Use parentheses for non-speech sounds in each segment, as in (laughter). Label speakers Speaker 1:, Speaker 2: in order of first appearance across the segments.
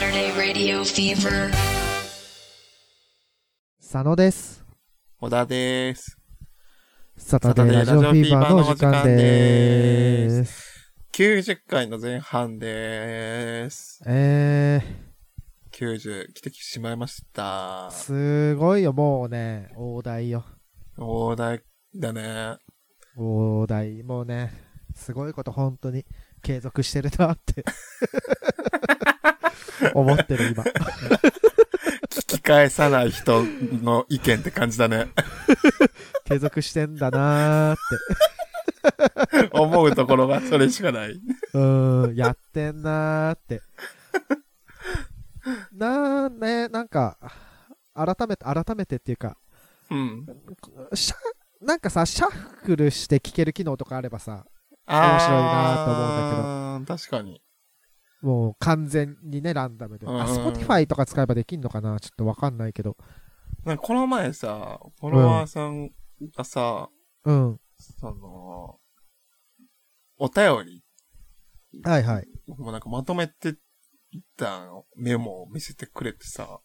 Speaker 1: Radio Fever.
Speaker 2: 佐野です。
Speaker 3: 小田です。
Speaker 2: サタデーラジオフィーバーのお時間で
Speaker 3: サタデーラジオフィーバーのお時間
Speaker 2: ーす。
Speaker 3: 90回の前半です。
Speaker 2: え
Speaker 3: 90来てしまいました
Speaker 2: ー、。すごいよ、もうね、大台よ。
Speaker 3: 大台だね。
Speaker 2: 大台、もうね、すごいこと本当に継続してるなって、思ってる今。
Speaker 3: 聞き返さない人の意見って感じだね。 (laughs)
Speaker 2: 継続してんだなーって。
Speaker 3: 思うところがそれしかない。
Speaker 2: うーん、やってんなーって。なーね、なんか、改めて、改めてっていうか、
Speaker 3: うん。
Speaker 2: シャなんかさ、シャッフルして聴ける機能とかあればさ、
Speaker 3: あー確かに。
Speaker 2: もう完全にね、ランダムで。あ、
Speaker 3: うん
Speaker 2: Spotify とか使えばできんのかなちょっとわかんないけど。
Speaker 3: なんかこの前さ、フォロワーさんがさ、
Speaker 2: うん。
Speaker 3: その、お便り
Speaker 2: はいはい。
Speaker 3: もうなんかまとめていったメモを見せてくれてさ、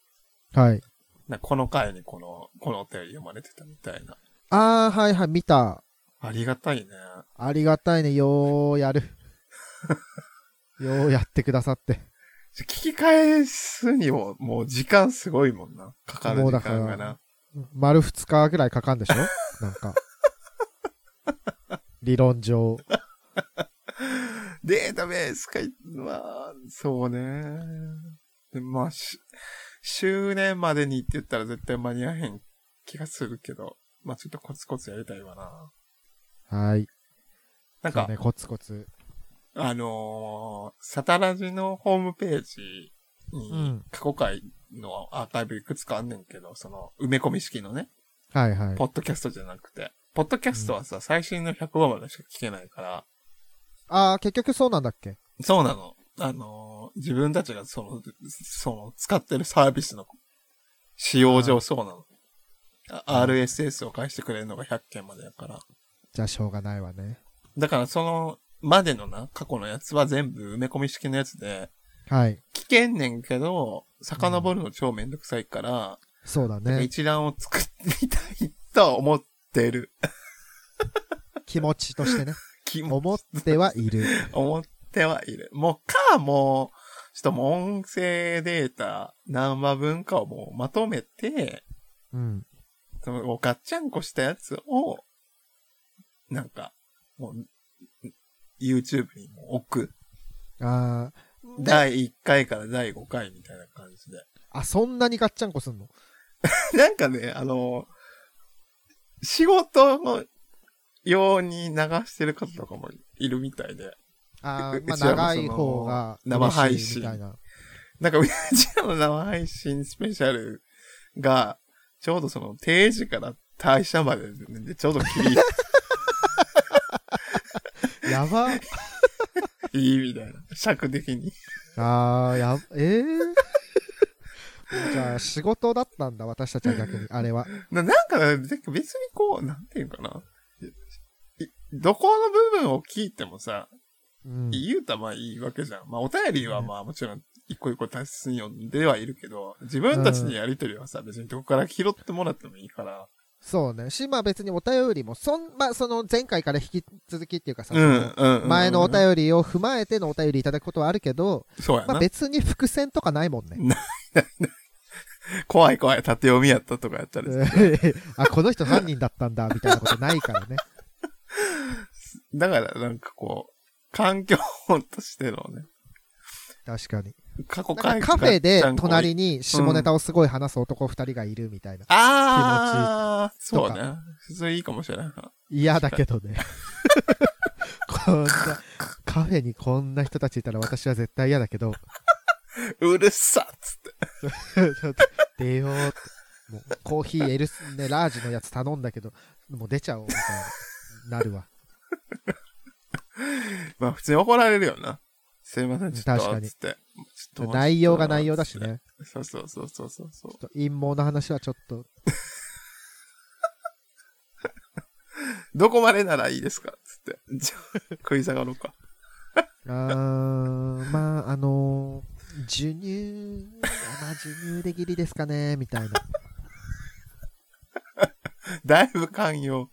Speaker 2: はい。
Speaker 3: なんかこの回にこの、このお便り読まれてたみたいな。
Speaker 2: あー、はいはい、見た。
Speaker 3: ありがたいね。
Speaker 2: ありがたいね。ようや (laughs) る。ようやってくださって。
Speaker 3: 聞き返すにも、もう時間すごいもんな。かかる
Speaker 2: もう
Speaker 3: 時
Speaker 2: だから
Speaker 3: 間がな。
Speaker 2: 丸2日ぐらいかかんでしょなん (laughs) か。理論上。
Speaker 3: データベースかい、まあ、そうね。でまあ、し、周年までにって言ったら絶対間に合わへん気がするけど、まあちょっとコツコツやりたいわな。
Speaker 2: はい。
Speaker 3: なんか、
Speaker 2: そうね、コツコツ。
Speaker 3: あのー、サタラジのホームページ
Speaker 2: う
Speaker 3: に
Speaker 2: ん、
Speaker 3: 過去回のアーカイブいくつかあんねんけど、その、埋め込み式のね、
Speaker 2: はいはい。
Speaker 3: ポッドキャストじゃなくて、ポッドキャストはさ、最新の105話までしか聞けないから、
Speaker 2: あー、結局そうなんだっけ
Speaker 3: そうなの。あのー、自分たちがその、その、使ってるサービスの使用上そうなの。あ RSS を返してくれるのが100件までやから。
Speaker 2: じゃあしょうがないわね。
Speaker 3: だからその、までのな、過去のやつは全部埋め込み式のやつで、
Speaker 2: はい。
Speaker 3: 聞けんねんけど、遡るの超めんどくさいから、
Speaker 2: そうだ
Speaker 3: なんか
Speaker 2: ね。
Speaker 3: 一覧を作りたいとは思ってる。
Speaker 2: 気持ちと
Speaker 3: (laughs)
Speaker 2: してね。
Speaker 3: 気も、
Speaker 2: 思ってはいる。
Speaker 3: 思ってはいる。もうか、もう、ちょっともう音声データ何話分かをもうまとめて、
Speaker 2: うん。
Speaker 3: そのおガッチャンコしたやつを、なんか、もう、YouTube にもう置く。
Speaker 2: あー
Speaker 3: 第1回から第5回みたいな感じで。
Speaker 2: あ、そんなにガッチャンコすんの
Speaker 3: (laughs) なんかね、あの、仕事の用に流してる方とかもいるみたいで。
Speaker 2: あ
Speaker 3: (laughs) う
Speaker 2: ー、まあ、
Speaker 3: うちらも
Speaker 2: 長い方が
Speaker 3: その生配
Speaker 2: 嬉しい
Speaker 3: 信
Speaker 2: みたいな。
Speaker 3: なんか、うちらの生配信スペシャルが、ちょうどその定時から退社までで、ちょうど切り
Speaker 2: やば。
Speaker 3: いいみたいな。尺的に。
Speaker 2: あー、や、えー。 (laughs) もうじゃあ、仕事だったんだ、私たちは逆に。あれは。
Speaker 3: ななんか、別にこう、なんていうかな。いどこの部分を聞いてもさ、
Speaker 2: うん。
Speaker 3: 言うたらまあいいわけじゃん。まあお便りはまあもちろん一個一個大切に読んではいるけど、自分たちのやりとりはさ、別にどこから拾ってもらってもいいから。
Speaker 2: そうね。し、まあ別にお便りも、そん、まあその前回から引き続きっていうかさ、
Speaker 3: うん、うんうん。
Speaker 2: 前のお
Speaker 3: り。
Speaker 2: 便りを踏まえてのお便りいただくことはあるけど、
Speaker 3: そうや
Speaker 2: まあ
Speaker 3: な。
Speaker 2: 別に伏線とかないもんね。
Speaker 3: 怖い怖い、縦読みやったとかやったら
Speaker 2: (laughs)
Speaker 3: さ。
Speaker 2: あ、この人犯人だったんだ、みたいなことないからね。
Speaker 3: だからなんかこう、環境音としてのね、
Speaker 2: 確かに。
Speaker 3: 過
Speaker 2: な
Speaker 3: 去
Speaker 2: ん
Speaker 3: 回
Speaker 2: かカフェで
Speaker 3: に。
Speaker 2: 隣に下ネタをすごい話す男二人がいるみたいな。
Speaker 3: あー、
Speaker 2: 気持
Speaker 3: そ
Speaker 2: ち
Speaker 3: う
Speaker 2: とか
Speaker 3: ね。それいいかもしれないな。
Speaker 2: 嫌だけどね。こんな、カフェにこんな人たちいたら私は絶対嫌だけど、
Speaker 3: うるさっつって。
Speaker 2: ちょっと出ようって。もうコーヒーエルス、ね、ラージのやつ頼んだけど、もう出ちゃおうみたいな、なるわ。
Speaker 3: まあ普通に怒られるよな。すいません、ちょっ
Speaker 2: 確か
Speaker 3: と、
Speaker 2: に
Speaker 3: つって。ちょっと
Speaker 2: 内容が内容だし。ね。
Speaker 3: そうそうそうそうそうそう。
Speaker 2: ちょっと陰謀の話はちょっと、
Speaker 3: どこまでならいいですかつって。じゃあ食い下がろうか。
Speaker 2: あー、まあ、あのー授乳、生授乳でぎりですかねみたいな。
Speaker 3: だいぶ寛容。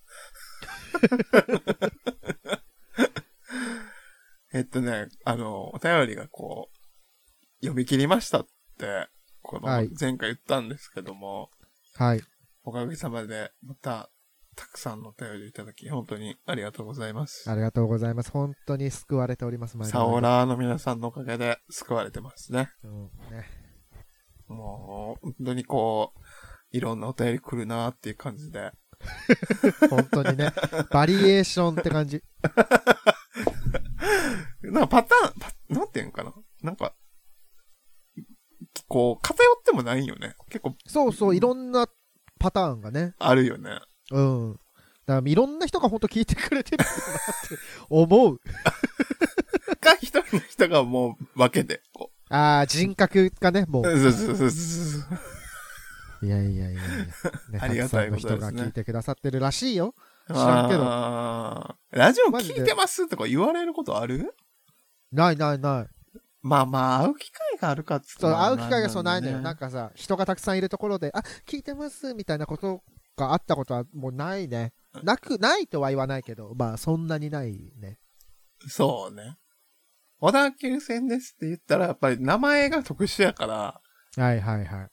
Speaker 3: えっとね、あの、お便りがこう、読み切りましたって、この
Speaker 2: はい
Speaker 3: 前回言ったんですけども、
Speaker 2: はい。
Speaker 3: おかげさまでまたたくさんのお便りをいただき、本当にありがとうございます。
Speaker 2: ありがとうございます。本当に救われております、毎度
Speaker 3: サオラーの皆さんのおかげで救われてますね。
Speaker 2: うんね。
Speaker 3: もう、本当にこう、いろんなお便り来るなっていう感じで、
Speaker 2: 本当に
Speaker 3: (laughs)
Speaker 2: ね。バリエーションって感じ。
Speaker 3: なんかパターン、パなんていうのかななんか、こう、偏ってもないよね。結構
Speaker 2: そうそう、いろんなパターンがね。
Speaker 3: あるよね。
Speaker 2: うん。だからいろんな人が本当聞いてくれてるんだなって思
Speaker 3: (laughs)
Speaker 2: う。
Speaker 3: か、一人の人がもう分けて、こ
Speaker 2: ああ、人格がね、も
Speaker 3: う。
Speaker 2: う。
Speaker 3: そうそうそうそう。
Speaker 2: いやいやいやいや。ね、
Speaker 3: ありがた
Speaker 2: たくさん
Speaker 3: いことですね
Speaker 2: の人が聞いてくださってるらしいよ。知らんけど
Speaker 3: あーラジオ聞いてますとか言われることある
Speaker 2: ないないない。
Speaker 3: まあまあ、会う機会があるかっつった
Speaker 2: そう、
Speaker 3: ら
Speaker 2: 会う機会がそうないのよ。なん
Speaker 3: か、
Speaker 2: かさ、人がたくさんいるところで、あ、聞いてますみたいなことがあったことはもうないね。なく、ないとは言わないけど、まあ、そんなにないね。
Speaker 3: そうね。小田急線ですって言ったら、やっぱり名前が特殊やから、
Speaker 2: はいはいはい。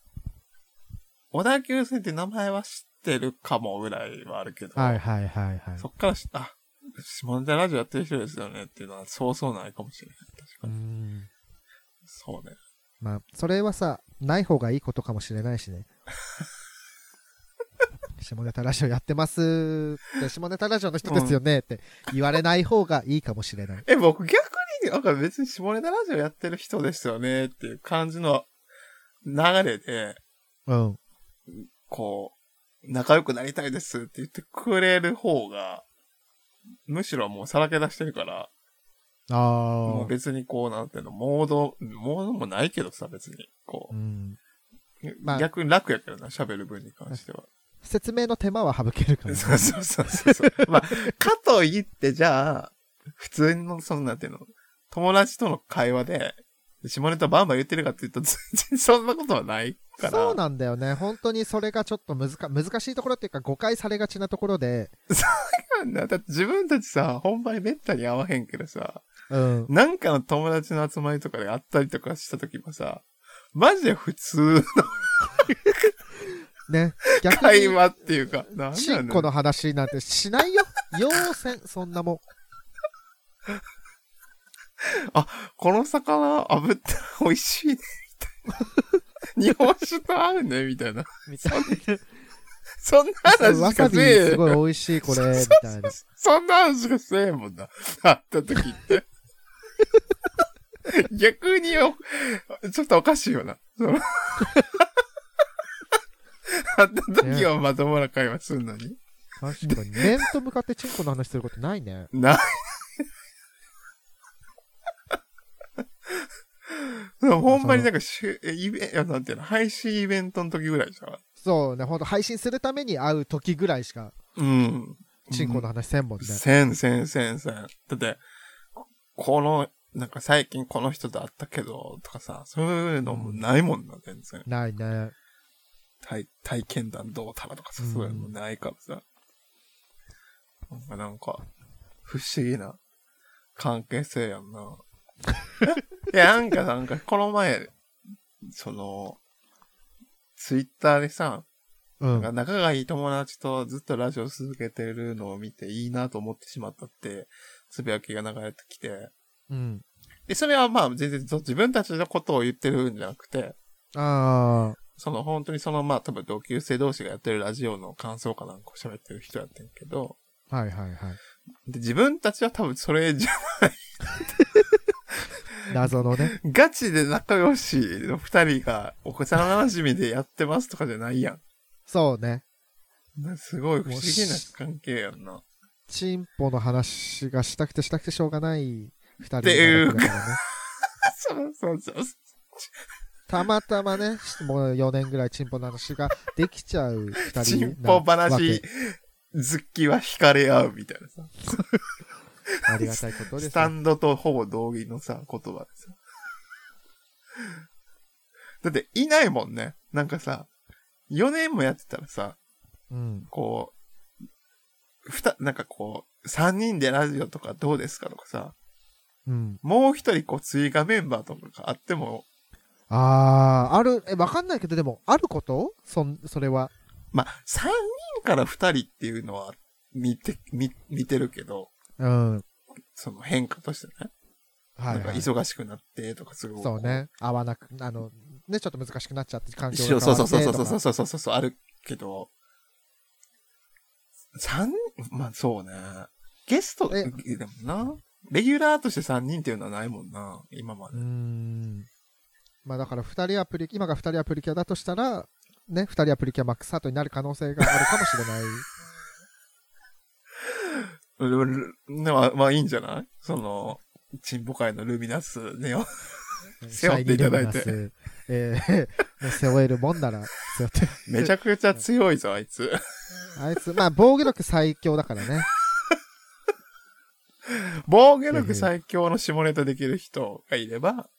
Speaker 3: 小田急線って名前は知ってるかもぐらいはあるけど、
Speaker 2: はいはいはいはい。
Speaker 3: そっから知った、あ下ネタラジオやってる人ですよねっていうのは、そうそうないかもしれない。確
Speaker 2: う
Speaker 3: かに。
Speaker 2: ん。
Speaker 3: そうね。
Speaker 2: まあ、それはさ、ない方がいいことかもしれない (laughs) しね。下ネタラジオやってますって、下ネタラジオの人ですよねって言われない方がいいかもしれない。
Speaker 3: え、僕逆に、なんか別に下ネタラジオやってる人ですよねっていう感じの流れで、
Speaker 2: うん。
Speaker 3: こう、仲良くなりたいですって言ってくれる方が、むしろもうさらけ出してるから、も
Speaker 2: ああ。
Speaker 3: う別にこうなんていうの、モード、モードもないけどさ、別に。こ
Speaker 2: うん。
Speaker 3: う、
Speaker 2: まあ
Speaker 3: 逆に楽やけどな、喋る分に関しては。
Speaker 2: 説明の手間は省けるから、ね。
Speaker 3: そうそうそうそうそう。まあ、かといって、じゃあ、普通の、そのなんていうの、友達との会話で、下ネタバンバン言ってるかって言うと、全然そんなことはないから。
Speaker 2: そうなんだよね。本当にそれがちょっと難か難しいところっていうか誤解されがちなところで、
Speaker 3: なんだ。だって自分たちさ、本番にめったに会わへんけどさ、
Speaker 2: うん。
Speaker 3: なんかの友達の集まりとかで会ったりとかした時もさ、マジで普通の
Speaker 2: ね。逆
Speaker 3: 会
Speaker 2: に、
Speaker 3: 話っていうか、なん
Speaker 2: チ
Speaker 3: だ
Speaker 2: ンコ
Speaker 3: ろ
Speaker 2: の話なんてしないよ。要せん、そんなもん。
Speaker 3: この魚炙ったら美味しいね、みたいな。日本酒と合うね、みたいな。
Speaker 2: みたい
Speaker 3: そんな
Speaker 2: な。
Speaker 3: 話
Speaker 2: わ
Speaker 3: し
Speaker 2: さ
Speaker 3: か
Speaker 2: び
Speaker 3: せえへん
Speaker 2: すごい美味しい、これ、みたいな。
Speaker 3: そんな話がせえもんな。あった時って。逆によ、ちょっとおかしいよな。そのあった時はまともな会話するのに。
Speaker 2: 確かに。面と向かってチンコの話することないね。
Speaker 3: な、ほんまになんかしゅ、えイベント、なんていうの、配信イベントの時ぐらいじゃん。
Speaker 2: そうね、ほんと配信するために会う時ぐらいしか、
Speaker 3: うん。
Speaker 2: チンコの話せんもんね。
Speaker 3: せんせんせんせん。だって、この、なんか最近この人と会ったけど、とかさ、そういうのもないもんな、全然。
Speaker 2: ないね。
Speaker 3: 体、体験談どうたらとかさ、
Speaker 2: うん
Speaker 3: そういうのもないからさ。なんか、なんか、不思議な関係性やん
Speaker 2: (laughs)
Speaker 3: な。いや、なんか、なんか、この前、その、ツイッターでさ、
Speaker 2: うん。
Speaker 3: なんか仲がいい友達とずっとラジオ続けてるのを見ていいなと思ってしまったって、つぶやきが流れてきて、
Speaker 2: うん。
Speaker 3: で、それはまあ全然自分たちのことを言ってるんじゃなくて、
Speaker 2: あ
Speaker 3: その本当にそのまあ多分同級生同士がやってるラジオの感想かなんかを喋ってる人やってんけど、
Speaker 2: あ。はいはいはい。
Speaker 3: で、自分たちは多分それじゃ、
Speaker 2: 謎のね。
Speaker 3: ガチで仲良しの二人がお子さん馴染みでやってますとかじゃないや
Speaker 2: そうね。
Speaker 3: ん。なすごい不思議な関係やんな。
Speaker 2: チンポの話がしたくてしたくてしょうがない二人
Speaker 3: ていう
Speaker 2: の仲だからね。
Speaker 3: (laughs) そうそうそうそう。
Speaker 2: たまたまね、もう4年ぐらいチンポの話ができちゃう二人
Speaker 3: チ
Speaker 2: な
Speaker 3: ンポ
Speaker 2: わ
Speaker 3: 話
Speaker 2: け、
Speaker 3: 好きは惹かれ合うみたいなさ。
Speaker 2: ありがたいことで
Speaker 3: ス
Speaker 2: す
Speaker 3: タ
Speaker 2: よ。
Speaker 3: ンドとほぼ同義のさ、言葉でさ。 (laughs) だって、いないもんね。なんかさ、4年もやってたらさ、
Speaker 2: うん。
Speaker 3: こう、ふた、なんかこう、3人でラジオとかどうですかとかさ、
Speaker 2: うん。
Speaker 3: もう一人こう追加メンバーとかがあっても、
Speaker 2: あー、ある、え、わかんないけど、でも、あることそん、それは。
Speaker 3: まあ、3人から2人っていうのは見て、見、見てるけど、
Speaker 2: うん。はい、
Speaker 3: その変化としてね。
Speaker 2: はい。
Speaker 3: なんか忙しくなってとかすごい。
Speaker 2: そうね。合わなく、あの、ね、ちょっと難しくなっちゃって、環境
Speaker 3: そう
Speaker 2: が
Speaker 3: そう
Speaker 2: 変わ
Speaker 3: そ
Speaker 2: っ
Speaker 3: う
Speaker 2: て
Speaker 3: そう
Speaker 2: とか。
Speaker 3: そうそうそうそうそう、あるけど、三まあそうね。ゲスト、
Speaker 2: え
Speaker 3: でもな、レギュラーとして3人っていうのはないもんな、今ま
Speaker 2: う
Speaker 3: で。
Speaker 2: ーん。まあだから二人アプリ、今が二人アプリキャだとしたら、ね、二人アプリキャマックスハートになる可能性があるかもしれない。
Speaker 3: うんでもまあいいんじゃないその、チンポ界のルミナスねを。 (laughs) 背負っていただいて
Speaker 2: (laughs) シャイニールミナス。えー (laughs) ね背負えるもんなら、背負って。
Speaker 3: めちゃくちゃ強いぞ、あいつ。
Speaker 2: あいつ、まあ防御力最強だからね。
Speaker 3: 防御力最強の下ネタできる人がいれば、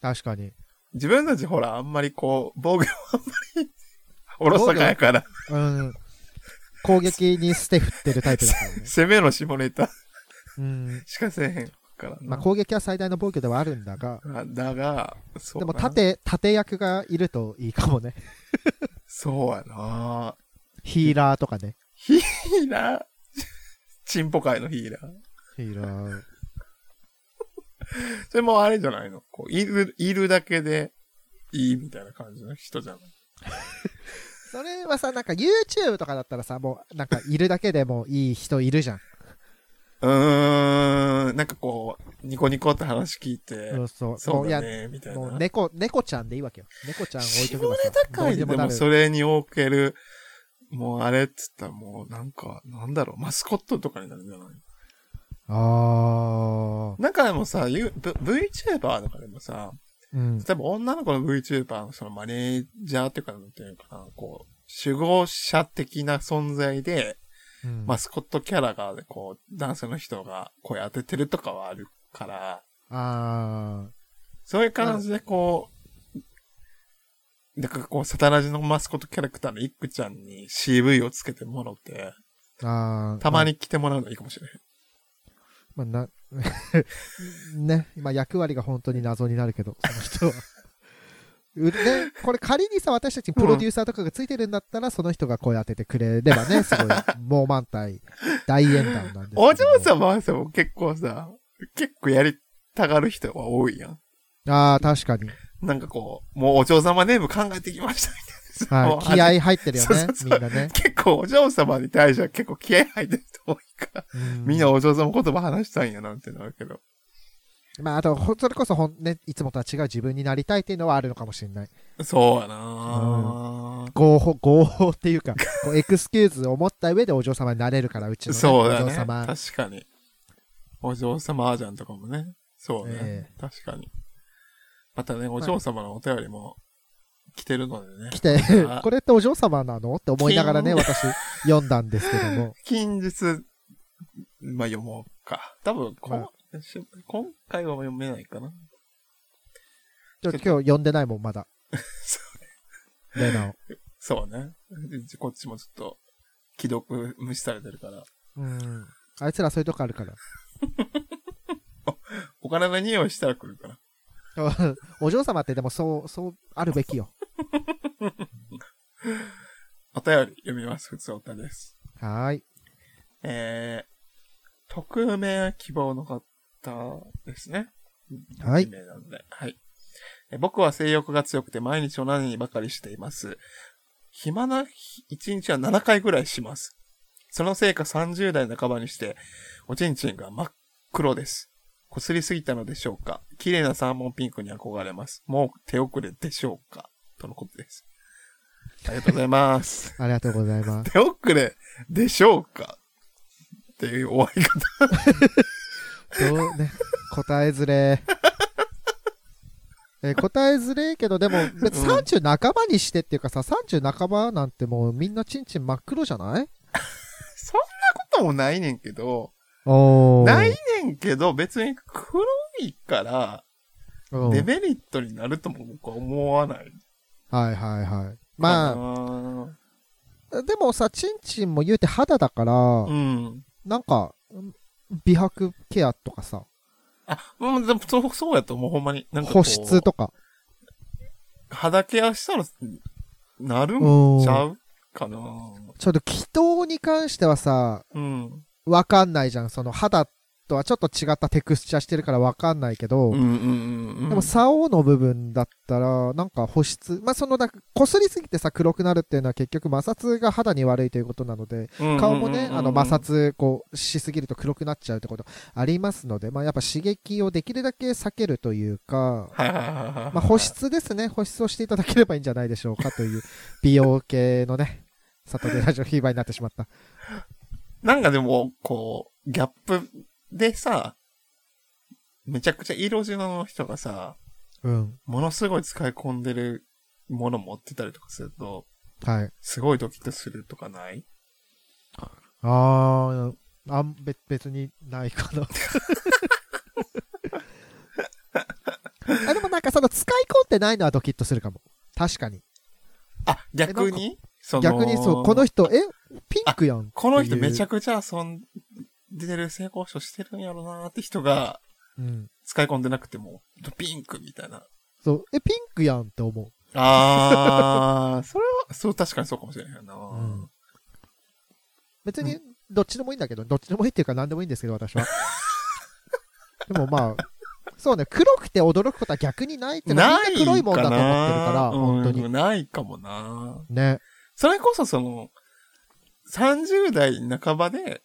Speaker 2: 確かに。
Speaker 3: 自分たちほら、あんまりこう、防御はあんまり、おろそかやから、
Speaker 2: うん。攻撃に捨て振ってるタイプだ
Speaker 3: (laughs)
Speaker 2: からね。
Speaker 3: 攻めの下ネタ
Speaker 2: うん。
Speaker 3: しかせえへんから
Speaker 2: まあ
Speaker 3: な。
Speaker 2: 攻撃は最大の防御ではあるんだが、
Speaker 3: あだが、そう
Speaker 2: で
Speaker 3: だな
Speaker 2: も盾、盾役がいるといいかもね。
Speaker 3: そうやな
Speaker 2: ヒーラーとかね。
Speaker 3: ヒーラー。 (laughs) チンポ界のヒーラー。
Speaker 2: ヒーラー。
Speaker 3: それもあれじゃないのこう、いる、いるだけでいいみたいな感じの人じゃない
Speaker 2: それはさ、なんか YouTube とかだったらさ、もうなんかいるだけでもいい人いるじゃん。
Speaker 3: うーん、なんかこう、ニコニコって話聞いて、
Speaker 2: うん、そう。
Speaker 3: そうだ
Speaker 2: も
Speaker 3: ね、みた
Speaker 2: う
Speaker 3: い
Speaker 2: や、もう
Speaker 3: な。
Speaker 2: 猫、猫ちゃんでいいわけよ。猫ちゃん置いとけ
Speaker 3: 下
Speaker 2: ば
Speaker 3: ネ
Speaker 2: さ。
Speaker 3: タ
Speaker 2: どう
Speaker 3: 界
Speaker 2: に
Speaker 3: で
Speaker 2: でもな
Speaker 3: も
Speaker 2: る。
Speaker 3: それにおける、もうあれっつったらもうなんか、なんだろう、マスコットとかになるんじゃない
Speaker 2: ああ。
Speaker 3: なんかでもさ、ゆ V- VTuber とかでもさ、
Speaker 2: うん。
Speaker 3: 例えば女の子の VTuber のそのマネージャーっていうか、なんていうのかな、こう、守護者的な存在で、
Speaker 2: うん
Speaker 3: マスコットキャラが、こう、男性の人が声当ててるとかはあるから、
Speaker 2: あ
Speaker 3: そういう感じでこう、だからこう、サタラジのマスコットキャラクターのイックちゃんに CV をつけてもろって、
Speaker 2: あ。ああ。
Speaker 3: たまに来てもらうのいいかもしれへん。
Speaker 2: まあ。まあ、な、 (laughs) ね、今役割が本当に謎になるけど、その人は。うね、これ仮にさ、私たちにプロデューサーとかがついてるんだったら、その人が声当ててくれればね、す
Speaker 3: (laughs)
Speaker 2: ごい、もう満体、大演談なんですけど
Speaker 3: お嬢様はさ、結構さ、結構やりたがる人は多いやん。
Speaker 2: ああ、確
Speaker 3: (laughs)
Speaker 2: かに。
Speaker 3: なんかこう、もうお嬢様ネーム考えてきましたみたいな。も
Speaker 2: は
Speaker 3: う
Speaker 2: い。気合入ってるよ
Speaker 3: そうそ
Speaker 2: ね
Speaker 3: う、そう
Speaker 2: みんなね。
Speaker 3: 結構お嬢様に対しては結構気合入ってる人多いから、みんな
Speaker 2: う
Speaker 3: お嬢様言葉話したいんやなんてなるけど。
Speaker 2: んまあ、あと、ほそれこそほん、ね、いつもとは違う自分になりたいっていうのはあるのかもしれない。
Speaker 3: そうやな、
Speaker 2: 合法、合法っていうか、
Speaker 3: (laughs)
Speaker 2: こうエクスキューズを持った上でお嬢様になれるから、うちの、ね、
Speaker 3: そうだ
Speaker 2: お嬢
Speaker 3: ね。
Speaker 2: 様。
Speaker 3: 確かに。お嬢様じゃんとかもね。そうね。
Speaker 2: え
Speaker 3: 確かに。またね、お嬢様のお便りも来てるのでね。
Speaker 2: 来て
Speaker 3: あ、
Speaker 2: これってお嬢様なのって思いながらね、
Speaker 3: キ
Speaker 2: 私、読んだんですけど
Speaker 3: (laughs)
Speaker 2: も。
Speaker 3: 近日、まあ読もうか。多分こん、
Speaker 2: ま
Speaker 3: し今回は読めないかな。
Speaker 2: ちょ今日読んでないもん、ま
Speaker 3: (laughs)
Speaker 2: だ。レナを。
Speaker 3: そうね。こっちもちょっと、既読無視されてるから。
Speaker 2: うん。あいつらそういうとこあるから。 (laughs)
Speaker 3: お金の匂いしたら来るから。
Speaker 2: お嬢様ってでもそう、そうあるべきよ。
Speaker 3: お便り読みます。普通お便りです。
Speaker 2: はーい。
Speaker 3: えー、匿名希望の方ですね。
Speaker 2: はい
Speaker 3: 匿名なんで。はい。え僕は性欲が強くて毎日同じにばかりしています。暇な日一日は7回ぐらいします。そのせいか30代半ばにして、おちんちんが真っ黒です。こすりすぎたのでしょうか綺麗なサーモンピンクに憧れます。もう手遅れでしょうかとのことです。ありがとうございます。
Speaker 2: ありがとうございます。
Speaker 3: 手遅れでしょうかっていう終わり
Speaker 2: ど
Speaker 3: 方。
Speaker 2: うね、答えづれえー答えづれえけど、でも、別に
Speaker 3: うん
Speaker 2: 30半ばにしてっていうかさ、30半ばなんてもうみんなチンチン真っ黒じゃない
Speaker 3: そんなこともないねんけど、
Speaker 2: お
Speaker 3: ないねんけど、別に黒いから、
Speaker 2: ううん
Speaker 3: デメリットになるとも僕は思わない。
Speaker 2: はいはいはい。ま
Speaker 3: あ。
Speaker 2: あ、でもさ、チンチンも言うて肌だから、
Speaker 3: うん。
Speaker 2: なんか、美白ケアとかさ、
Speaker 3: あ、もうでもそう、そうやと思う、ほんまに。なんかこう
Speaker 2: 保湿とか。
Speaker 3: 肌ケアしたら、なるん
Speaker 2: うん。
Speaker 3: ち
Speaker 2: ち
Speaker 3: ゃ
Speaker 2: ょ
Speaker 3: うかな。
Speaker 2: っと気筒に関してはさ、
Speaker 3: うん。
Speaker 2: わかんないじゃん。その肌とはちょっと違ったテクスチャーしてるからわかんないけど、
Speaker 3: うんうんうんうん。
Speaker 2: でも、竿の部分だったら、なんか保湿、まあ、その、なんか、擦りすぎてさ、黒くなるっていうのは結局摩擦が肌に悪いということなので、顔もね、あの、摩。擦、こう、しすぎると黒くなっちゃうってことありますので、まあ、やっぱ刺激をできるだけ避けるというか、
Speaker 3: はいはいはいはいはい。
Speaker 2: まあ、保湿ですね。保湿をしていただければいいんじゃないでしょうかという、美容系のね、サタデーラジオ (laughs) フィーバーになってしまった。
Speaker 3: なんかでも、こう、ギャップでさ、めちゃくちゃ色白の人がさ、
Speaker 2: うん。
Speaker 3: ものすごい使い込んでるもの持ってたりとかすると、
Speaker 2: はい。
Speaker 3: すごいドキッとするとかない
Speaker 2: あー、あん、別、別にないか
Speaker 3: (laughs)
Speaker 2: な。あでもなんかその使い込んでないのはドキッとするかも。確かに。
Speaker 3: あ、逆にその
Speaker 2: 逆にそう、この人、え、ピンクやん。
Speaker 3: この人めちゃ
Speaker 2: く
Speaker 3: くちゃ遊んでる性交渉してるんやろなーって人が
Speaker 2: うん。
Speaker 3: 使い込んでなくても、ピンクみたいな。
Speaker 2: そう、え、ピンクやんって思
Speaker 3: あー、それは、 (laughs) そう、確かにそうかもしれへんな、
Speaker 2: う。うん。別に、どっちでもいいんだけど、どっちでもいいっていうか何でもいいんですけど、
Speaker 3: (laughs)
Speaker 2: 私は。でもまあ、そうね、黒くて驚くことは逆にないってのは
Speaker 3: ない
Speaker 2: みんな黒いもんだと思ってるから、
Speaker 3: かな
Speaker 2: 本当
Speaker 3: う
Speaker 2: に。
Speaker 3: んないかもな
Speaker 2: ね。
Speaker 3: それこそその、30代半ばで、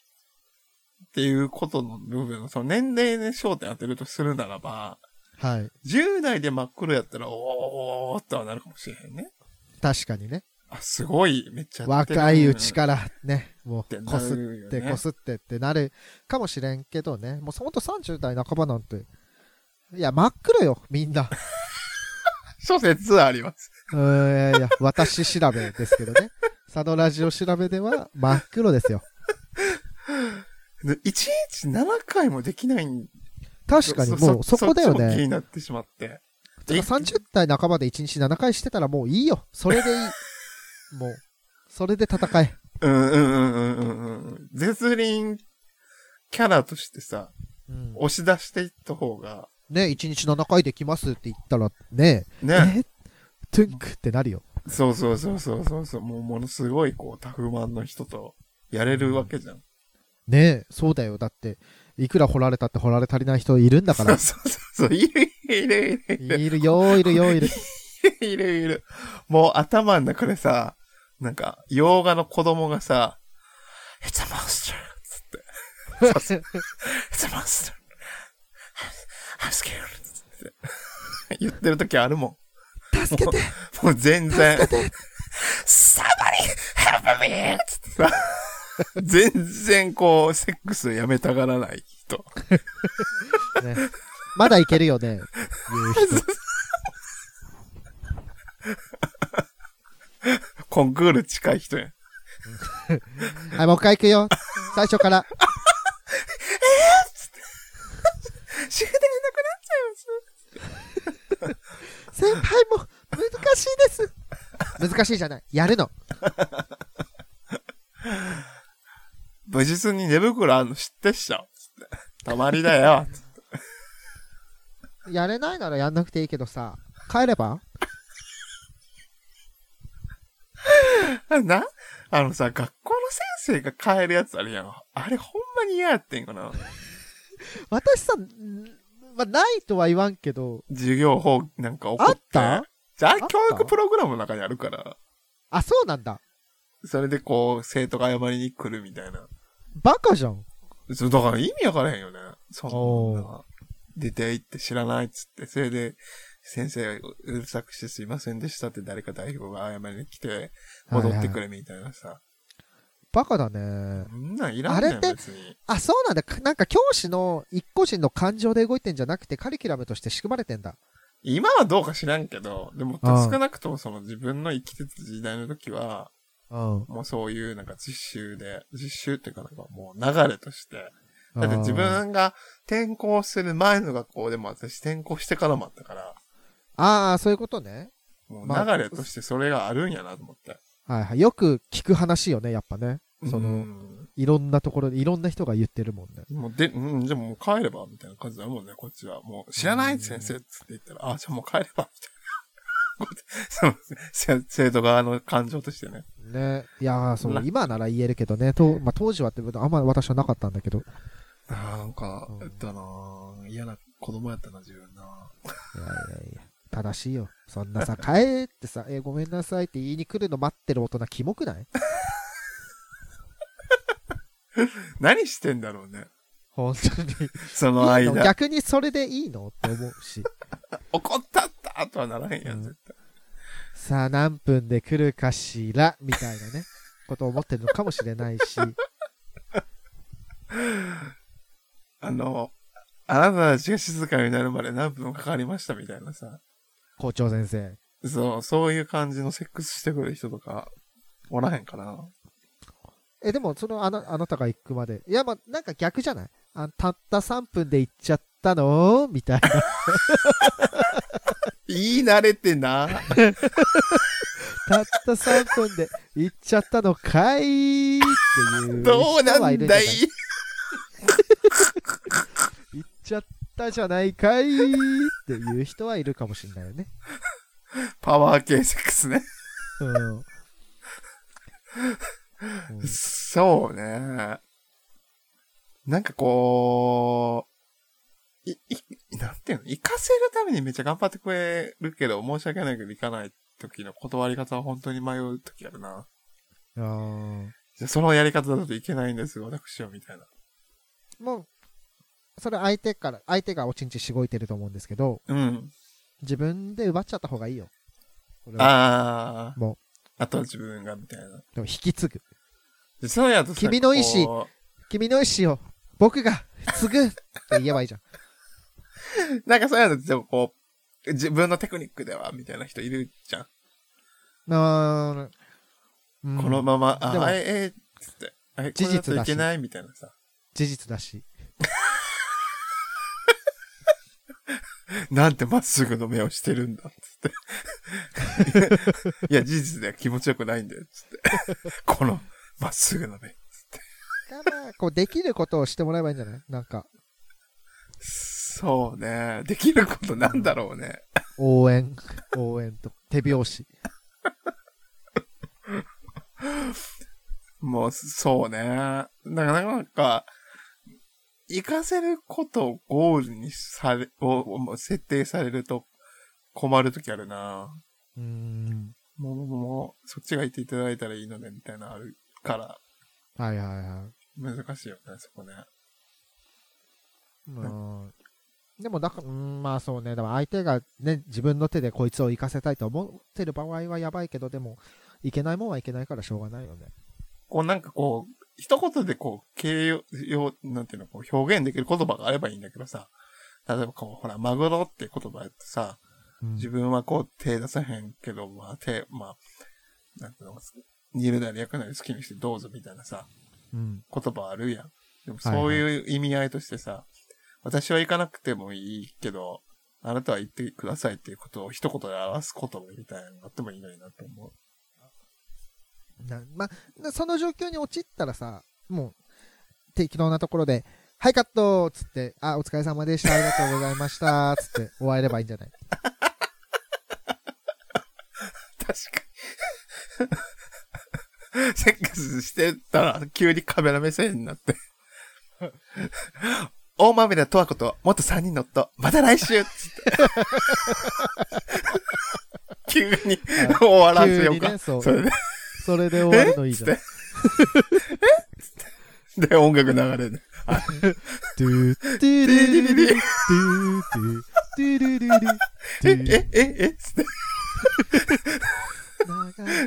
Speaker 3: っていうことの部分、その年齢に焦点当てるとするならば、
Speaker 2: はい。
Speaker 3: 10代で真っ黒やったら、おーっとはなるかもしれへんね。
Speaker 2: 確かにね。
Speaker 3: あ、すごい、めっちゃやってる
Speaker 2: 若いうちからね、も
Speaker 3: て
Speaker 2: う、
Speaker 3: な
Speaker 2: こすっ
Speaker 3: るよ
Speaker 2: て
Speaker 3: ね
Speaker 2: こすってってなるかもしれんけどね。もうほんと30代半ばなんて。いや、真っ黒よ、みんな。 (laughs)
Speaker 3: 諸説あります。
Speaker 2: うーん、いやいや、私調べですけどね。佐野ラジオ調べでは真っ黒ですよ。
Speaker 3: で1日7回もできないん
Speaker 2: 確かにもうそこだよ
Speaker 3: っちも気
Speaker 2: ね。
Speaker 3: になってしまって。
Speaker 2: てか30代半ばで1日7回してたらもういいよ。それ
Speaker 3: (laughs)
Speaker 2: でいい。もう、それで戦え。
Speaker 3: うんうんうんうんうんうん。絶倫キャラとしてさ、
Speaker 2: うん、
Speaker 3: 押し出していった方が、
Speaker 2: ね、1日7回できますって言ったらね、
Speaker 3: ね。
Speaker 2: え (laughs) トゥンクってなるよ。
Speaker 3: そうそうそうそうそうそう。もうものすごいこう、タフマンの人とやれるわけじゃん。
Speaker 2: ねえ、そうだよ。だって、いくら掘られたって掘られ足りない人いるんだから。
Speaker 3: そうそうそう。いるいるいるいる
Speaker 2: いるよ、いるよ、いる。
Speaker 3: (laughs) いるいる。もう頭の中でさ、なんか、洋画の子供がさ、It's a monster! つ
Speaker 2: (laughs)
Speaker 3: って。It's a monster! I'm scared! つって。言ってる時あるも
Speaker 2: 助けて
Speaker 3: ん。もう全然。Somebody help me! つってさ。全然こう、セックスやめたがらない人。
Speaker 2: ね、まだいけるよね、言う人。
Speaker 3: コンクール近い人やん。
Speaker 2: はい、もう一回行くよ。最初から。
Speaker 3: 終電なくなっちゃいます。
Speaker 2: 先輩も難しいです。難しいじゃない。やるの。
Speaker 3: 無実に寝袋あるの知ってっしょつってたまりだよ。 (laughs) つって
Speaker 2: やれないならやんなくていいけどさ、帰れば
Speaker 3: あな、あのさ、学校の先生が変えるやつあるやん。あれほんまに嫌やってんかな。
Speaker 2: 私さ、んまあ、ないとは言わんけど、
Speaker 3: 授業法なんか怒って。
Speaker 2: あった
Speaker 3: じゃあ
Speaker 2: った
Speaker 3: 教育プログラムの中にあるから。
Speaker 2: あ、そうなんだ。
Speaker 3: それでこう、生徒が謝りに来るみたいな。
Speaker 2: バカじゃん。
Speaker 3: そうだから意味わからへんよね。そ
Speaker 2: お
Speaker 3: う
Speaker 2: ー
Speaker 3: なんか。出て行って知らないっつって、それで、先生がうるさくしてすいませんでしたって誰か代表が謝りに来て、戻ってくれみたいなさ。
Speaker 2: バカだね。
Speaker 3: そんなんいらんね
Speaker 2: あれ
Speaker 3: ん、
Speaker 2: って
Speaker 3: 別に。
Speaker 2: あ、そうなんだ。かなんか教師の一個人の感情で動いてんじゃなくて、カリキュラムとして仕組まれてんだ。
Speaker 3: 今はどうか知らんけど、でも
Speaker 2: ああ
Speaker 3: 少なくともその自分の生きてた時代の時は、
Speaker 2: うん。
Speaker 3: もうそういうなんか実習で、実習っていうかなんかもう流れとして、だって自
Speaker 2: あー
Speaker 3: 分が転校する前の学校でも私転校してからもあったから、
Speaker 2: あー、そういうことね。
Speaker 3: も
Speaker 2: まあ
Speaker 3: う流れとしてそれがあるんやなと思って。
Speaker 2: はいはい。よく聞く話よね、やっぱね。その、
Speaker 3: うん
Speaker 2: いろんなところで、いろんな人が言ってるもんね。
Speaker 3: もうで、うん、じゃあもう帰れば、みたいな感じだもんね、こっちは。もう知らない先生っつって言ったら、あ、じゃあもう帰れば、みたい (laughs) な。こうその、せ生徒側の感情としてね。
Speaker 2: ね。いやー、そ
Speaker 3: な
Speaker 2: う、今なら言えるけどね。とまあ、当時はって、あんま私はなかったんだけど。い
Speaker 3: あーなんか
Speaker 2: うん、
Speaker 3: やったなぁ嫌な子供やったな、自分な
Speaker 2: やいやいや。正しいよ。そんなさ、帰ってさ、えーごめんなさいって言いに来るの待ってる大人、キモくない
Speaker 3: 何してんだろうね。
Speaker 2: 本当に。
Speaker 3: その
Speaker 2: いいの
Speaker 3: 間。
Speaker 2: 逆にそれでいいのって思うし。 (laughs)
Speaker 3: 怒ったったとはならへんや、
Speaker 2: うんん
Speaker 3: 絶対。
Speaker 2: さあ、何分で来るかしらみたいなね。ことを思ってるのかもしれないし。
Speaker 3: あの、あなたたちが静かになるまで何分かかりましたみたいなさ。
Speaker 2: 校長先生。
Speaker 3: そう、そういう感じのセックスしてくる人とか、おらへんかな。
Speaker 2: え、でも、そのあな、あなたが行くまで。いや、まあ、なんか逆じゃないあたった3分で行っちゃったのみたいな。 (laughs)
Speaker 3: 言い慣れてな。
Speaker 2: たった3分で行っちゃったのかいっていう人
Speaker 3: (laughs) どうな
Speaker 2: はい
Speaker 3: ん
Speaker 2: るじゃな
Speaker 3: だ
Speaker 2: いい行っちゃったじゃないかいっていう人はいるかもしれないよね。
Speaker 3: パワー系セックスね。
Speaker 2: うん。うん
Speaker 3: そうね。なんかこう、い、い、なんていうの生かせるためにめっちゃ頑張ってくれるけど、申し訳ないけど行かない時の断り方は本当に迷う時あるな。
Speaker 2: あー
Speaker 3: じゃあそのやり方だといけないんですよ、私は、みたいな。
Speaker 2: もう、それ相手から、相手がおちんちしごいてると思うんですけど、
Speaker 3: うん。
Speaker 2: 自分で奪っちゃった方がいいよ。俺は
Speaker 3: ああ。
Speaker 2: も
Speaker 3: あとは自分が、みたいな。
Speaker 2: う、でも引き継ぐ。
Speaker 3: でそうやとさ
Speaker 2: 君の意思
Speaker 3: こ
Speaker 2: 君の意思を、僕が継ぐって言えばいいじゃん。
Speaker 3: うなんかそうやと、でもこう、自分のテクニックでは、みたいな人いるじゃん。
Speaker 2: なうん
Speaker 3: このまま、
Speaker 2: でも
Speaker 3: あ、え、え、つって、あれ、こ
Speaker 2: 事
Speaker 3: れだ
Speaker 2: 実
Speaker 3: と
Speaker 2: だ
Speaker 3: い
Speaker 2: し
Speaker 3: けないみたいなさ。
Speaker 2: 事実だし。
Speaker 3: なんてまっすぐの目をしてるんだ、つって。いや、事実では気持ちよくないんだよ、つって。この、まっすぐの目。
Speaker 2: から、こう、できることをしてもらえばいいんじゃないなんか、
Speaker 3: そうね。できることなんだろうね。
Speaker 2: 応
Speaker 3: (laughs)
Speaker 2: 援、応援と、手拍子。
Speaker 3: もう、そうね。なかなんか、行かせることをゴールにされ、を、もう設定されると困るときあるな。
Speaker 2: うーん。
Speaker 3: もう、もうもう、そっちが言っていただいたらいいのね、みたいなのあるから、
Speaker 2: はいはいは
Speaker 3: 難しいよね、そこね。
Speaker 2: い。うん。でも、だから、うん、まあそうね。でも相手がね、自分の手でこいつを生かせたいと思ってる場合はやばいけど、でも、いけないもんはいけないからしょうがないよね。
Speaker 3: こうなんかこう、一言でこう、形容、なんていうの、こう表現できる言葉があればいいんだけどさ、例えばこう、ほら、マグロって言葉やってさ、
Speaker 2: うん
Speaker 3: 自分はこう手出さへんけど、まあ手、まあ、なんていうの、煮るなり焼くなり好きにしてどうぞみたいなさ、
Speaker 2: うん。
Speaker 3: 言葉あるやん。でも
Speaker 2: はいはい
Speaker 3: そういう意味合いとしてさ、私は行かなくてもいいけど、あなたは行ってくださいっていうことを一言で表す言葉みたいなのがあってもいいのになと思う。
Speaker 2: なまあ、なその状況に陥ったらさ、もう、適当なところで、はい、カットつって、あ、お疲れ様でした、ありがとうございました、つって、終わればいいんじゃない
Speaker 3: 確かに。セックスしてたら、急にカメラ目線に
Speaker 2: (laughs)
Speaker 3: なって。大豆田十和子と、元三人の夫、また来週っつ
Speaker 2: (laughs)
Speaker 3: って。急に終わらせよう
Speaker 2: 急に
Speaker 3: か。
Speaker 2: ねそう
Speaker 3: それで、
Speaker 2: それで終わるのいいじゃん。
Speaker 3: で、音楽流れる。
Speaker 2: ドゥドゥド
Speaker 3: ディディ
Speaker 2: ゥ
Speaker 3: ディ
Speaker 2: ドゥ
Speaker 3: ディ
Speaker 2: ドゥドゥドゥドゥドゥドゥ
Speaker 3: え、え、え、つって。
Speaker 2: 流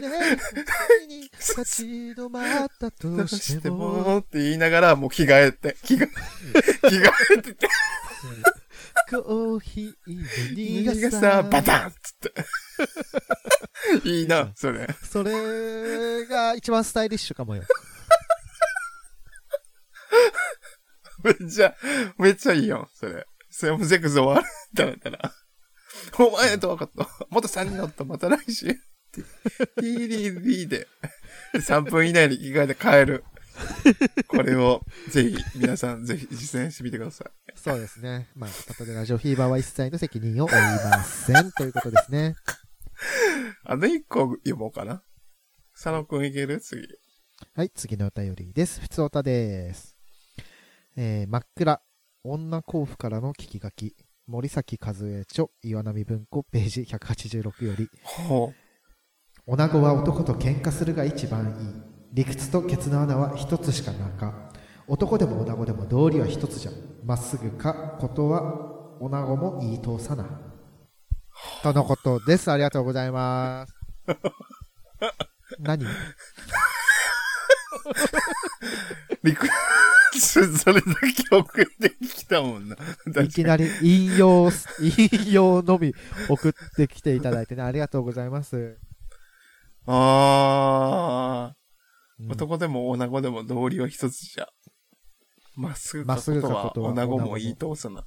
Speaker 2: れ星に立ち止まった
Speaker 3: (laughs) どう
Speaker 2: と
Speaker 3: し
Speaker 2: して
Speaker 3: て
Speaker 2: も
Speaker 3: もって言いながら、もう着替えて、着替え、着替えてて、
Speaker 2: コーヒーの
Speaker 3: 逃
Speaker 2: 苦さ
Speaker 3: がさ、バタンつ (laughs) って。いいな、それ。
Speaker 2: それが一番スタイリッシュかもよ
Speaker 3: めっちゃ、めっちゃいいやん、それ。それもゼクス終わる。だめたら。お前と分かった。また3人だった。また来週。TDD で。3分以内に着替えて帰る。これを、ぜひ、皆さん、ぜひ実践してみてください。
Speaker 2: そうですね。まあ、サタデラジオフィーバーは一切の責任を負いません。ということですね。
Speaker 3: あと1個読もうかな。佐野くんいける次。
Speaker 2: はい、次のお便りです。ふつおたです。えー、真っ暗、女甲府からの聞き書き、森崎和恵著、岩波文庫、ページ186より、
Speaker 3: ほ
Speaker 2: 女子は男と喧嘩するが一番いい。理屈とケツの穴は一つしかなか。男でも女子でも道理は一つじゃ。まっすぐか、ことは女子も言い通さな。とのことです。ありがとうございます。何
Speaker 3: う。リク、それだけ送ってきたもんな。
Speaker 2: いきなり引用す、引用のみ送ってきていただいてね、ありがとうございます。
Speaker 3: あ
Speaker 2: う
Speaker 3: ー、
Speaker 2: ん
Speaker 3: 男でも女子でも道理は一つじゃ。まっすぐか
Speaker 2: まっすぐ
Speaker 3: こ
Speaker 2: か
Speaker 3: とは
Speaker 2: ことは
Speaker 3: 女子も言い通すな。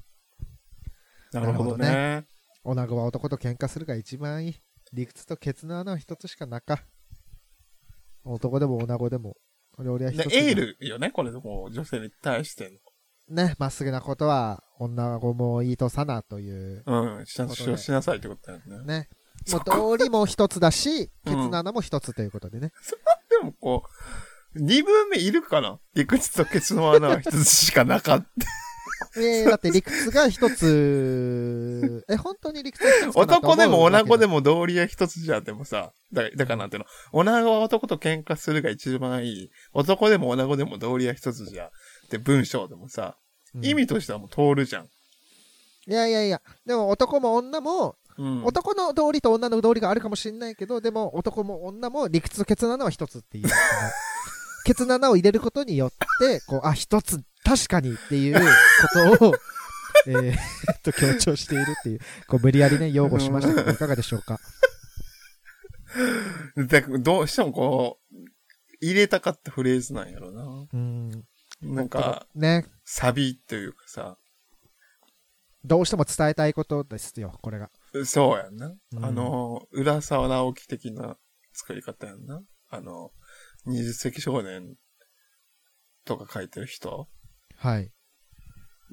Speaker 3: な
Speaker 2: る
Speaker 3: る
Speaker 2: ほ
Speaker 3: ほ
Speaker 2: ど
Speaker 3: ど
Speaker 2: ね
Speaker 3: ね。
Speaker 2: 女子は男と喧嘩するが一番いい。理屈とケツの穴は一つしかなか。男でも女子でも、料理は一
Speaker 3: で
Speaker 2: つ。
Speaker 3: エー。ルよね、これもう女性に対して
Speaker 2: ね、まっすぐなことは女子もいいとさなという。
Speaker 3: の。うん、しな
Speaker 2: ことで
Speaker 3: ししなさいってことだよね。
Speaker 2: ね。も
Speaker 3: そうこ
Speaker 2: 道理も一つだし、ケツの穴も一つということでね。
Speaker 3: でもこう、二分目いるかな理屈とケツの穴は一つしかなかった。
Speaker 2: えー、だって理屈が一つ、え、本当に理屈は一つかなと思
Speaker 3: 男
Speaker 2: う
Speaker 3: でも
Speaker 2: わけ
Speaker 3: 女子
Speaker 2: だ
Speaker 3: でも道理は一つじゃ、でもさ、だだからなんていうの、女子は男と喧嘩するが一番いい、男でも女子でも道理は一つじゃ、って文章でもさ、
Speaker 2: うん
Speaker 3: 意味としてはもう通るじゃん。
Speaker 2: いやいやいや、でも男も女も、
Speaker 3: うん。
Speaker 2: 男の道理と女の道理があるかもしれないけど、でも男も女も理屈とケツの穴は一つ
Speaker 3: (laughs)
Speaker 2: っていう。そのケツの穴を入れることによって、こう、あ、一つ、確かにっていう
Speaker 3: (laughs)
Speaker 2: ことを、えーえっと、強調しているっていう、こう、無理やりね、擁護しましたけど、いかがでしょうか。
Speaker 3: だどうしてもこう、入れたかったフレーズなんやろな。
Speaker 2: うん。
Speaker 3: なんか、
Speaker 2: ね、
Speaker 3: サビというかさ、
Speaker 2: どうしても伝えたいことですよ、これが。
Speaker 3: そうやんな。
Speaker 2: うん
Speaker 3: あの、浦沢直樹的な作り方やんな。あの、二十世紀少年とか書いてる人
Speaker 2: はい。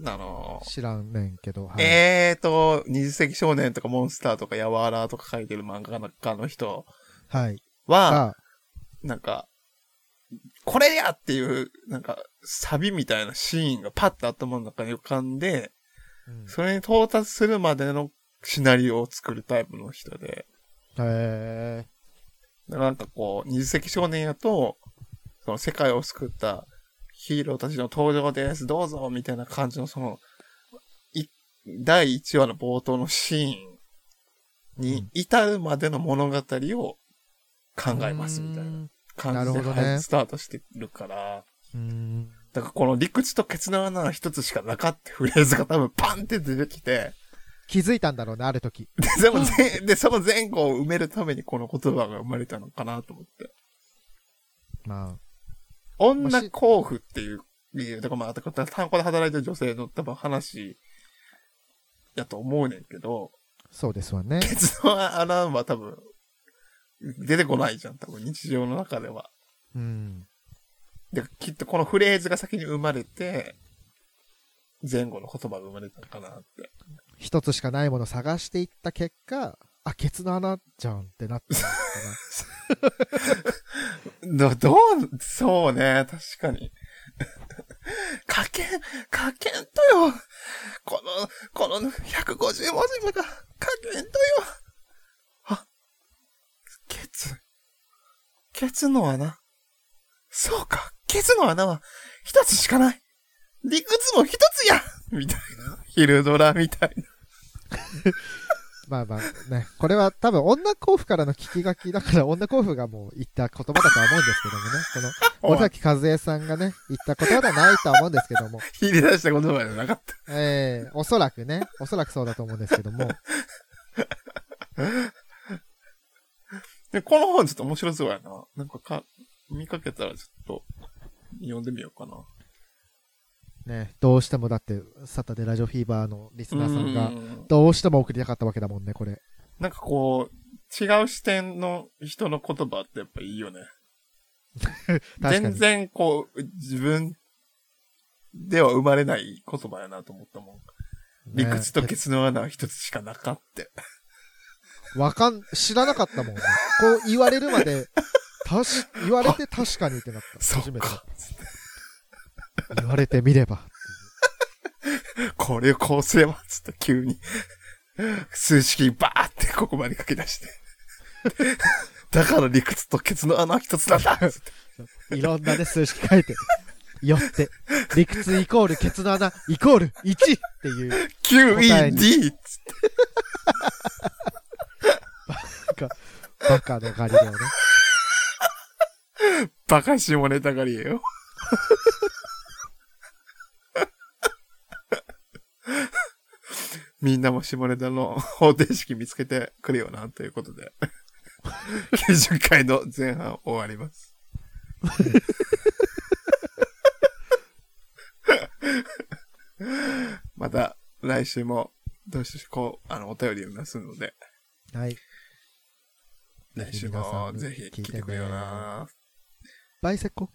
Speaker 3: あの、
Speaker 2: 知らんねんけど、はい。
Speaker 3: えーと、二十世紀少年とかモンスターとかヤワーラーとか書いてる漫画家の人
Speaker 2: はい。
Speaker 3: は、
Speaker 2: さあ、
Speaker 3: なんか、これやっていう、なんか、サビみたいなシーンがパッと頭の中に浮かんで、
Speaker 2: うん
Speaker 3: それに到達するまでのシナリオを作るタイプの人で、
Speaker 2: へ
Speaker 3: だからなんかこう、二十世紀少年やと、その世界を救ったヒーローたちの登場です、どうぞみたいな感じのその、い第1話の冒頭のシーンに至るまでの物語を考
Speaker 2: ー
Speaker 3: えますみたいな。感じ
Speaker 2: な
Speaker 3: で、
Speaker 2: るほどね
Speaker 3: はいスタートしてるから、
Speaker 2: うーん。
Speaker 3: だからこの理屈と決断は一つしかなかってフレーズが多分パンって出てきて、
Speaker 2: 気づいたんだろうね、ある時。
Speaker 3: で、その
Speaker 2: (laughs)
Speaker 3: 前、で、その前後を埋めるためにこの言葉が生まれたのかなと思って。
Speaker 2: まあ、
Speaker 3: 女甲府っていう理由、だからまあ、だから単語で働いてる女性の多分話やと思うねんけど、
Speaker 2: そうですわね。
Speaker 3: ケツの穴は多分出てこないじゃん、多分日常の中では。
Speaker 2: うん。
Speaker 3: で、きっとこのフレーズが先に生まれて、前後の言葉が生まれたのかなって。
Speaker 2: 一つしかないものを探していった結果、あ、ケツの穴じゃんってなったのか
Speaker 3: (laughs) ど、 (laughs) どう、そうね、確かに。 (laughs) かけん、かけんとよ。この、この150文字が、かけんとよ。あ、ケツ。ケツの穴。そうか、ケツの穴は一つしかない。理屈も一つやみたいな。昼ドラみたいな。
Speaker 2: な。まあまあね、これは多分女甲府からの聞き書きだから女甲府がもう言った言葉だとは思うんですけどもね、この
Speaker 3: おい
Speaker 2: 尾崎和恵さんがね、言った言葉ではないとは思うんですけども、
Speaker 3: 入れ出した言葉じゃなかった。
Speaker 2: ええおそらくね、おそらくそうだと思うんですけども、
Speaker 3: で、この本ちょっと面白そうやな。なんかか、見かけたらちょっと、読んでみようかな。
Speaker 2: ね、どうしてもだって、サタデーラジオフィーバーのリスナーさん
Speaker 3: う
Speaker 2: が、
Speaker 3: ん
Speaker 2: どうしても送りたかったわけだもんね、これ。
Speaker 3: なんかこう、違う視点の人の言葉ってやっぱいいよね。
Speaker 2: 確か
Speaker 3: 全
Speaker 2: に。
Speaker 3: 然こう、自分では生まれない言葉やなと思ったもん。理屈と
Speaker 2: ね
Speaker 3: ケツの穴は一つしかなかって。
Speaker 2: わかん、知らなかったもんね。こう言われるまで、たし、言われて確かにってなった。
Speaker 3: そ
Speaker 2: 初
Speaker 3: っ
Speaker 2: めて。
Speaker 3: か。
Speaker 2: 言われてみれば。
Speaker 3: これをこうすれば、つって急に、数式バーってここまで書き出
Speaker 2: (laughs)
Speaker 3: して。だから理屈とケツの穴は一つなんだつって
Speaker 2: いろんなね、数式書いて。よって、理屈イコール、ケツの穴イコール1っていう、なん
Speaker 3: !QED! つって
Speaker 2: か、バカのガリレオね。
Speaker 3: バカしもネタがりえよ。みんなも下ネタの方程式見つけてくれよな、ということで。90回の前半終わります。また来週も、どうしようこう、あの、お便り読みますので、 (laughs)
Speaker 2: はい。
Speaker 3: 来週もぜひ聞いてくれよな。
Speaker 2: バイセコ。